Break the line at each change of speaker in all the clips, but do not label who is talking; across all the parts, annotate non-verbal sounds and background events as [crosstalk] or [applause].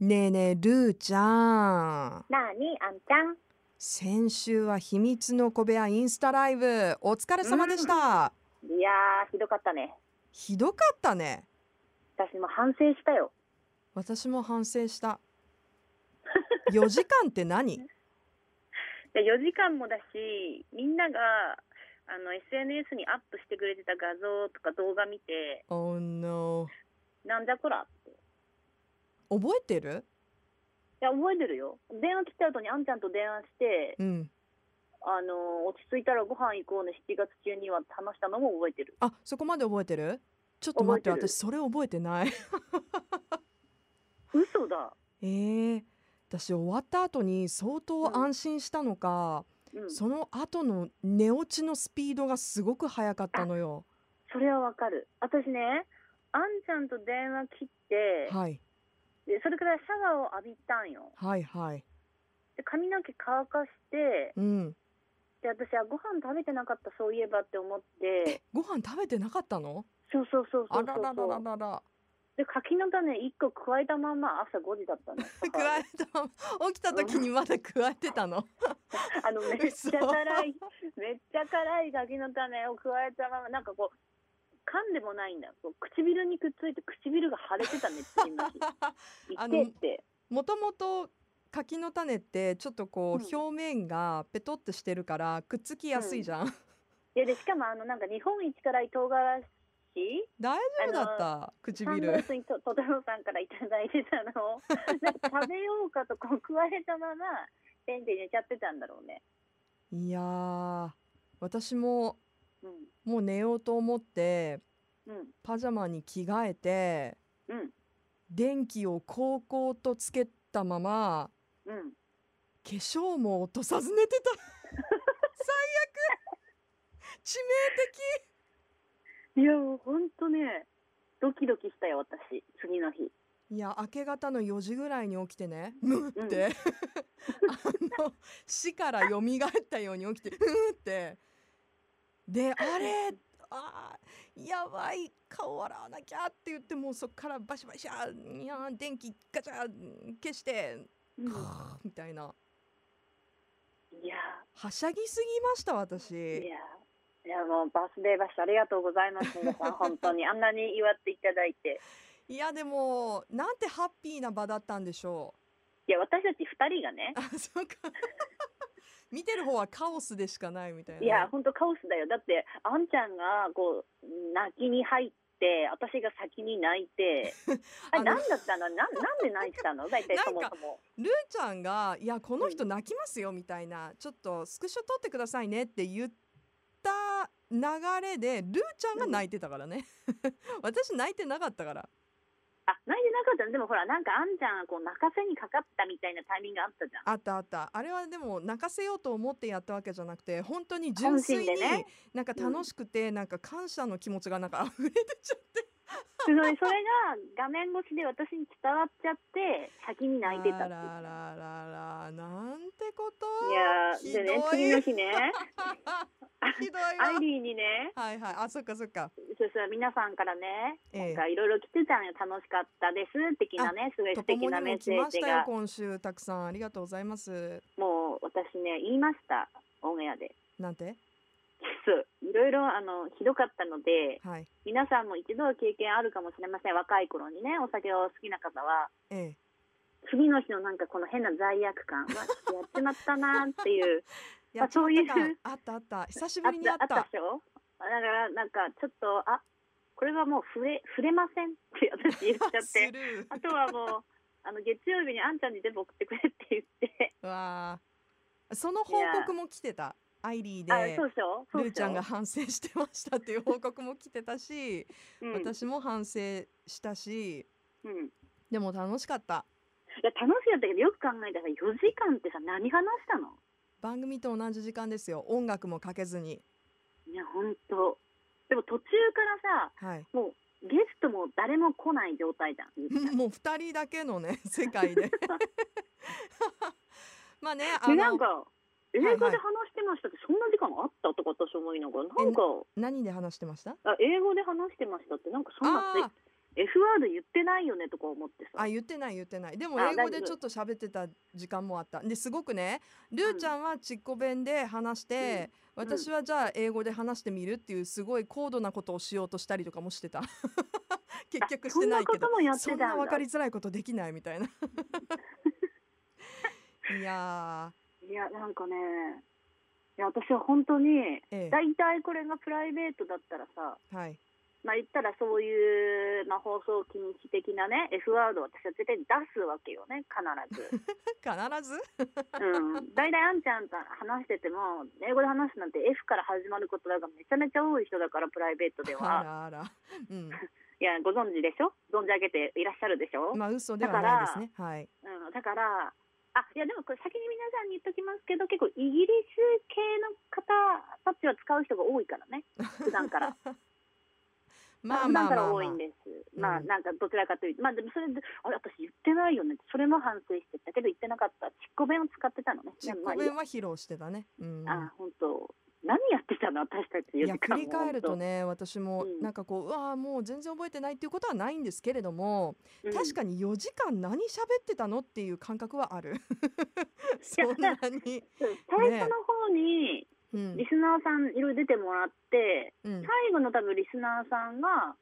ねえねえルーちゃん
なあにあんちゃん
先週は秘密の小部屋インスタライブお疲れ様でした、
いやーひどかったね
ひどかったね
私も反省したよ
私も反省した4時間って何
で4時間もだしみんながあの SNS にアップしてくれてた画像とか動画見て
?Oh no
なんじゃこらってい
覚えてる
や覚えてるよ電話切った後にあんちゃんと電話して
うん
あの落ち着いたらご飯行こうね7月中にはって話したのも覚えてる
あそこまで覚えてるちょっと待って
覚えてる
私それ覚えてない
嘘だ
えー、私終わった後に相
うん
当安心したのか、
うんそ
その後の寝落ちのスピードがすごく速かったのよ
れはわかる私ねあんちゃんと電話切って、
はい
でそれからシャワーを浴びたんよ
はいはい
で髪の毛乾かして
うん
で私はご飯食べてなかったそういえばって思って
ご飯食べてなかったの
[laughs] そうそうそうそ
あ
うそ
ら
う
ららららら
で柿の種1個加えたまんま朝5時だ [laughs] ったの
加えた [laughs] 起きた時にまだ加えてたの [laughs]
あのめっち
嘘
ゃ辛いめっちゃ辛い柿の種を加えたままなんかこう噛んでもないんだこう唇にくっついて唇が腫れてたね次の日 [laughs]
あ
痛
の
えって
もともと柿の種ってちょっとこう、
うん
表面がペトってしてるからくっつきやすいじゃん、
いやでしかもあのなんか日本一辛い唐辛子
大丈夫だった
サン
唇
ドイッチにとととろさんからいただいてた [laughs] のをなんか食べようかとこう加えたままペンで寝ちゃってたんだろうね。
いやー私も
うん
もう寝ようと思って
うん
パジャマに着替えて
うん
電気をこうこうとつけたまま
うん。
化粧も落とさず寝てた [laughs] 最悪
いやもう本当ねドキドキしたよ私次の
致命
日。
的いや明け方の4時ぐらいに起きてねむ [laughs] ーってあの死から蘇ったように起きてむーってであれあーやばい顔洗わなきゃって言ってもうそっからバシャバシャいやー電気ガチャ消して
うん
は [sighs] あみたいない
や
はしゃぎすぎました私
いやいやもうバースデーバッシュありがとうございます皆 [laughs] さん本当にあんなに祝っていただいて
いやでもなんてハッピーな場だったんでしょ
いや私たち2人がね
うあそうか見てる方はカオスでしかないみたいない
や本当カオスだよだってあんちゃんがこう泣きに入って私が先に泣い
[laughs]
てあ
あの
れ何だったのなんなんで泣いて
[laughs]
たの大体そもそも
ルーちゃんが「いやこの人泣きますよ」みたいな、ちょっとスクショ撮ってくださいねって言った流れでルーちゃんが泣いてたからね、 [laughs] 私泣いてなかったから
あ泣いてなかったのでもほらなんかあんちゃんがこう泣かせにかかったみたいなタイミングあっ
[laughs]
たじゃん
あったあったあれはでも泣かせようと思ってやったわけじゃなくて本当に純粋に
本心でね
なんか楽しくて、なんか感謝の気持ちがなんか溢れてちゃって
すごいそれが画面越しで私に伝わっちゃって先に泣いて
あ
たっていう
ららららなんてこと
いや
ひ
ー
ど
で
い
ね次の日ね
[laughs] ひどい
アイ
わ
リーにね
はいはいあそっかそっか
そうそう皆さんからね
ええ
なんかいろいろ来てたんよ楽しかったです的なねすごい
と
素
こ
敵
も
な
に
メ
も
ッセ
来ま
ー
し
ジ
たよ
が
今週たくさんありがとうございます
もう私ね言いましたオンエアで [laughs]
なんて
そういろいろあのひどかったので
はい
皆さんも一度は経験あるかもしれません若い頃にねお酒を好きな方は
ええ
次の日のなんかこの変な罪悪感はやっちまったなーって
[laughs]
いう
やっちゃ
そういう
った感あったあった久しぶりにあった
あったでしょだからなんかちょっとあこれはもう触れ触れませんって私言っちゃっ
ス [laughs]
て
ルー
あとはもうあの月曜日にあんちゃんに全部送ってくれって言って、
うわーその報告も来てたアイリー
あ
で
そうでしょそう
ルー
でし
ちゃんが
ょ、
反省してましたっていう報告も来てたし、
うんうん、い
私も反省したしでも楽しかった
や楽しかったけどよく考えたら4時間ってさ何話したの
番組と同じ時間ですよ音楽もかけずに
いや本当でも途中からさ
はい
もうゲストも誰も来ない状態じゃん言ったら
[laughs] もう二人だけの
[laughs]
ね世界で [laughs] まあねあ
でなん
の
か映
はい
画で話してましたってそんな時間あったとか私思いながらなんか
何で話してました
あ英語で話してましたってなんかそんな
あー
ツイ F ワード言ってないよねとか思ってさ
あ言ってない言ってないでも
あ
英語
大
で
丈夫
ちょっと喋ってた時間もあったですごくねルーちゃんはチッコ弁で話して、
んうん
私はじゃあ英語で話してみるっていうすごい高度なことをしようとしたりとかもして
[laughs]
た結局してないけど
そんなこともやってた
そ
ん
んな
だ
分かりづらいことできないみた
[laughs]
いないや
いやなんかねいや私は本当に
ーえ
大体これがプライベートだったらさ
えはい
まあ言ったらそういう、まあ、放送禁止的なね F ワードを私は絶対に出すわけよね必 [laughs] ず、
必ず
うん、大体あんちゃんと話してても英語で話すなんて F から始まることがめちゃめちゃ多い人だからプライベートで
あ
は
らあら
[laughs]
うん
いやご存知でしょ存じ上げていらっしゃるでしょ、
まあ嘘ではないですねはい
うん、だからあいやでもこれ先に皆さんに言っときますけど結構イギリス系の方たちは使う人が多いから [laughs] ね普段から
まあまあ
普段
まあ、
から
ま
多
あ
いんですまあ
うん
なんかどちらかというとまあでもそれであれ私言ってないよねそれも反省してたけど言ってなかったチッコ弁を使ってたのね
チッ
でもま
コ
あいい
弁
や
は披露してたねうん
あ本当何やってたの私たち
い
四
や
時
振
間
り返るとね私も
うん
なんかこう、うわーもう全然覚えてないっていうことはないんですけれども、確
か
かに4時間何喋ってたのっていう感覚は
[laughs]
あるそ
や
んなに、
最初の方に
うん
リスナーさんいろいろ出てもらって、
うん、
最後の多分リスナーさんが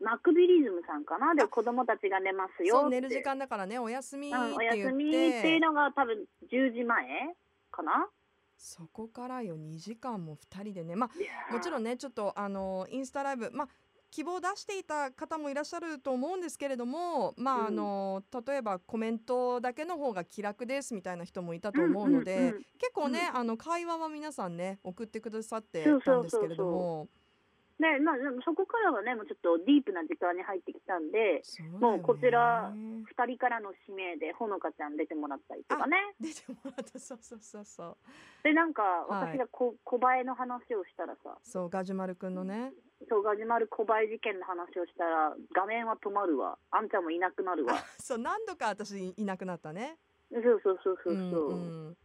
マクビリズムさんかなで子供たちが寝ますよ
そう
っ
寝
て
る時間だからねお休みっ
うん、お
て言
休みっ
って
い
て
うのが多分10時前かな
そこからよ2時間も2人でねまあ
いやー
もちろんねちょっとあのインスタライブまあ希望を出していた方もいらっしゃると思うんですけれども、まああ
うん
の例えばコメントだけの方が気楽ですみたいな人もいたと思うので、
んんん
結構ね、あの会話は皆さんね送ってくださって
そう
た
そ
ん
う
ですけれども
でまあ、でもそこからはねもうちょっとディープな時間に入ってきたんで
そう
うそう
だよね
もうこちら2人からの指名でほのかちゃん出てもらったりとかね
出てもらったそうそうそうそう
でなんか
はい
私がこ、小林の話をしたらさ
そうガジュマルくんのね
そうガジュマル小林事件の話をしたら画面は止まるわあんちゃんもいなくなるわ
あそう何度か私いなくなったね
そうそうそうそうそう、
んうん、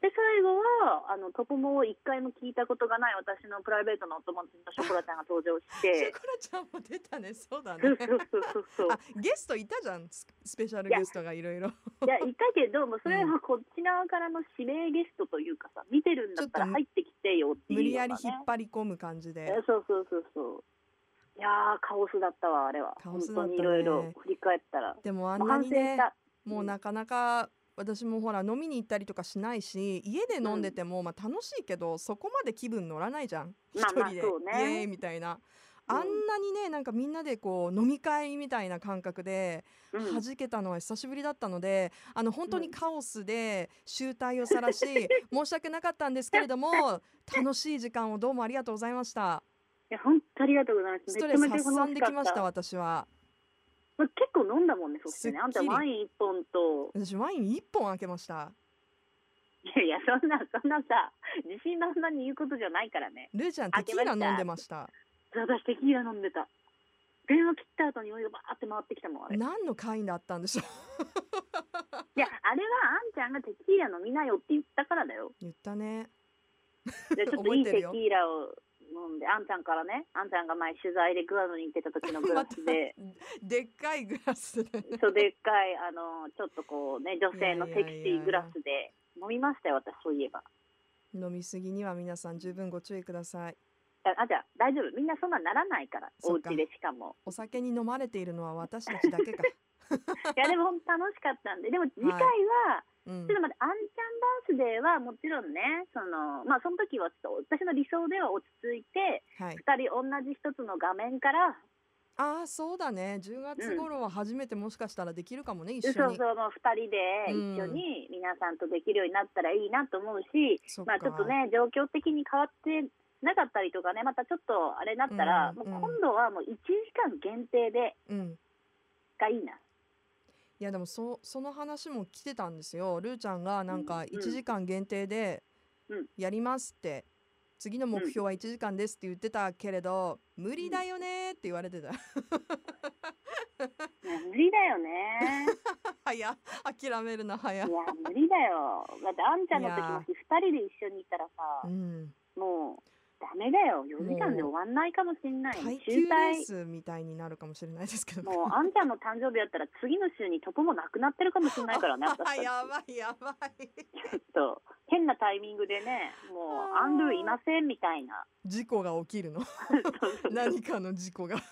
で最後はあのトポモを一回も聞いたことがない私のプライベートのお友達のショコラちゃんが登場し
ショ [laughs]
て
コラちゃんも出たねそうだね
そうそうそうそうそう
あゲストいたじゃんススペシャルゲストがいろいろ
いやいたけどもうそれはこっち側からの指名ゲストというかさ見てるんだったら
ちょっと
入ってきてよっていう
無理やり
のが
引っ
ね
張り込む感じで
えそうそうそうそういやーカオスだったわあれは、
カオ
本
スだった
当
ね
にいろいろ振り返ったら
でもあん
もう
な
反省
に
し
ね
た、
もううんなかなか私もほら飲みに行ったりとかしないし家で飲んでても、まあ、楽しいけどそこまで気分乗らないじゃん一
まあまあ
人で、
そうね
イエーイみたいな。
うん
あんなにねなんかみんなでこう飲み会みたいな感覚で
うん
弾けたのは久しぶりだったので、あの本当にカオスで集大を晒し
[laughs]
申し訳なかったんですけれども楽しい時間をどうもありがとうございました
いや本当ありがとうございます
ストレ
め
ス
ちゃめちゃ楽し
発散できました
かっ
私は
まあ結構飲んだもんねそしてねあん
す
た
っきり
ワイン一本と
私ワイン一本開けました
いやいやそんなそんなさ自信満々に言うことじゃないからね
ルーちゃんテ
開け
キー
ました
ラ飲んでました
私テキーラ飲んでた電話切った後にお湯がバーって回ってきたもんあれい
何の会だったんでしょう [laughs]
やあれはあんちゃんがテキーラ飲みなよって言ったから
[laughs]
だよ
言ったね
でちょっといい
覚えてる
テキ
よ
ーラを飲んであんちゃんからねあんちゃんが前取材でグアムに行ってた時のグラ
[laughs]
スで
でっかいグラスでね [laughs]
そうでっかいあのちょっとこうね女性のセクシーグラスで飲みましたよ私そういえば
飲みすぎには皆さん十分ご注意ください
ああんちゃん大丈夫みんなそんなならないから
そ
お
っか
家でしかも
お酒に飲まれているのは私たちだ
[laughs]
けか、
いやでも本当楽しかったんででも次回は、
うん
ちょっと待って、あんちゃんダンスデーはもちろんね、その、まあ、その時はちょっと、私の理想では落ち着いて、
はい、
二人同じ一つの画面から、
ああそうだね10月頃は初めてもしかしたらできるかもね、一
そう
緒
そう
に、
もう二人で一緒に皆さんとできるようになったらいいなと思うし、
そっ
まあ、ちょっとね、状況的に変わってなかったりとかね、またちょっとあれなったら、
うん
もう
うん
今度はもう1時間限定で
うん
がいいな。
いやでもそその話も来てたんですよルーちゃんがなんか
うん
1時間限定で
うん
やりますって、次の目標は1時間ですって言ってたけれど、無理だよねって言われてた [laughs]
いや無理だよ
[laughs]
ね。
早っ諦めるな早っ
いや、無理だよ。だって、あんちゃんの時も
いや
し、二人で一緒にいたらさ、
うん
もう、だダメだよ。4時間で終わんないかもしんない。
耐久
渋
レー
滞。
スみたいになるかもしれないですけどね
もう、あんちゃんの誕生日やったら、次の週にとこもなくなってるかもしんないから
[laughs]
ね、
あ
私たち。
やばいやばい
ちょっと、変なタイミングでね、もう、
あー
アンドゥいませんみた
[laughs]
いな。
事故が起き
[laughs]
るの何かの事故が [laughs]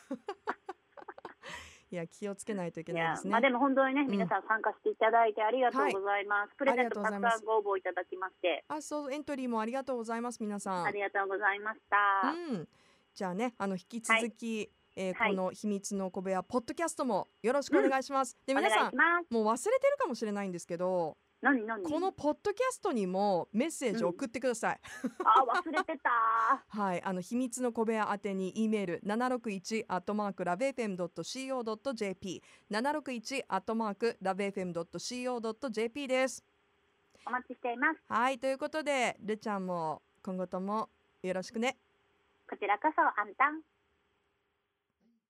いや気をつけないといけ
い
ないで
や
すね、
まあでも本当にね、
ん
皆さん参加していただいてありがとうございます。プレゼン
ありがと
トた
うござい
く
ま
さ
す
んご応募いただきまして、
あそうエントリーもありがとうございます皆さん
ありがとうございました。
うん、じゃあねあの引き続き、えー
はい
この秘密の小部屋ポッドキャストもよろしくお願いします、で
お願
皆
いし
さん
ます。
もう忘れてるかもしれないんですけど
何何
このポッドキャストにもメッセージを送ってください、
あ、忘れてた。
はいあの秘密の小部屋宛てに E メール761アットマークラベ FM.co.jp 761アットマークラベ FM.co.jp です
お待ちしています。
はいということでるちゃんも今後ともよろしくね
こちらこそ、あんたん。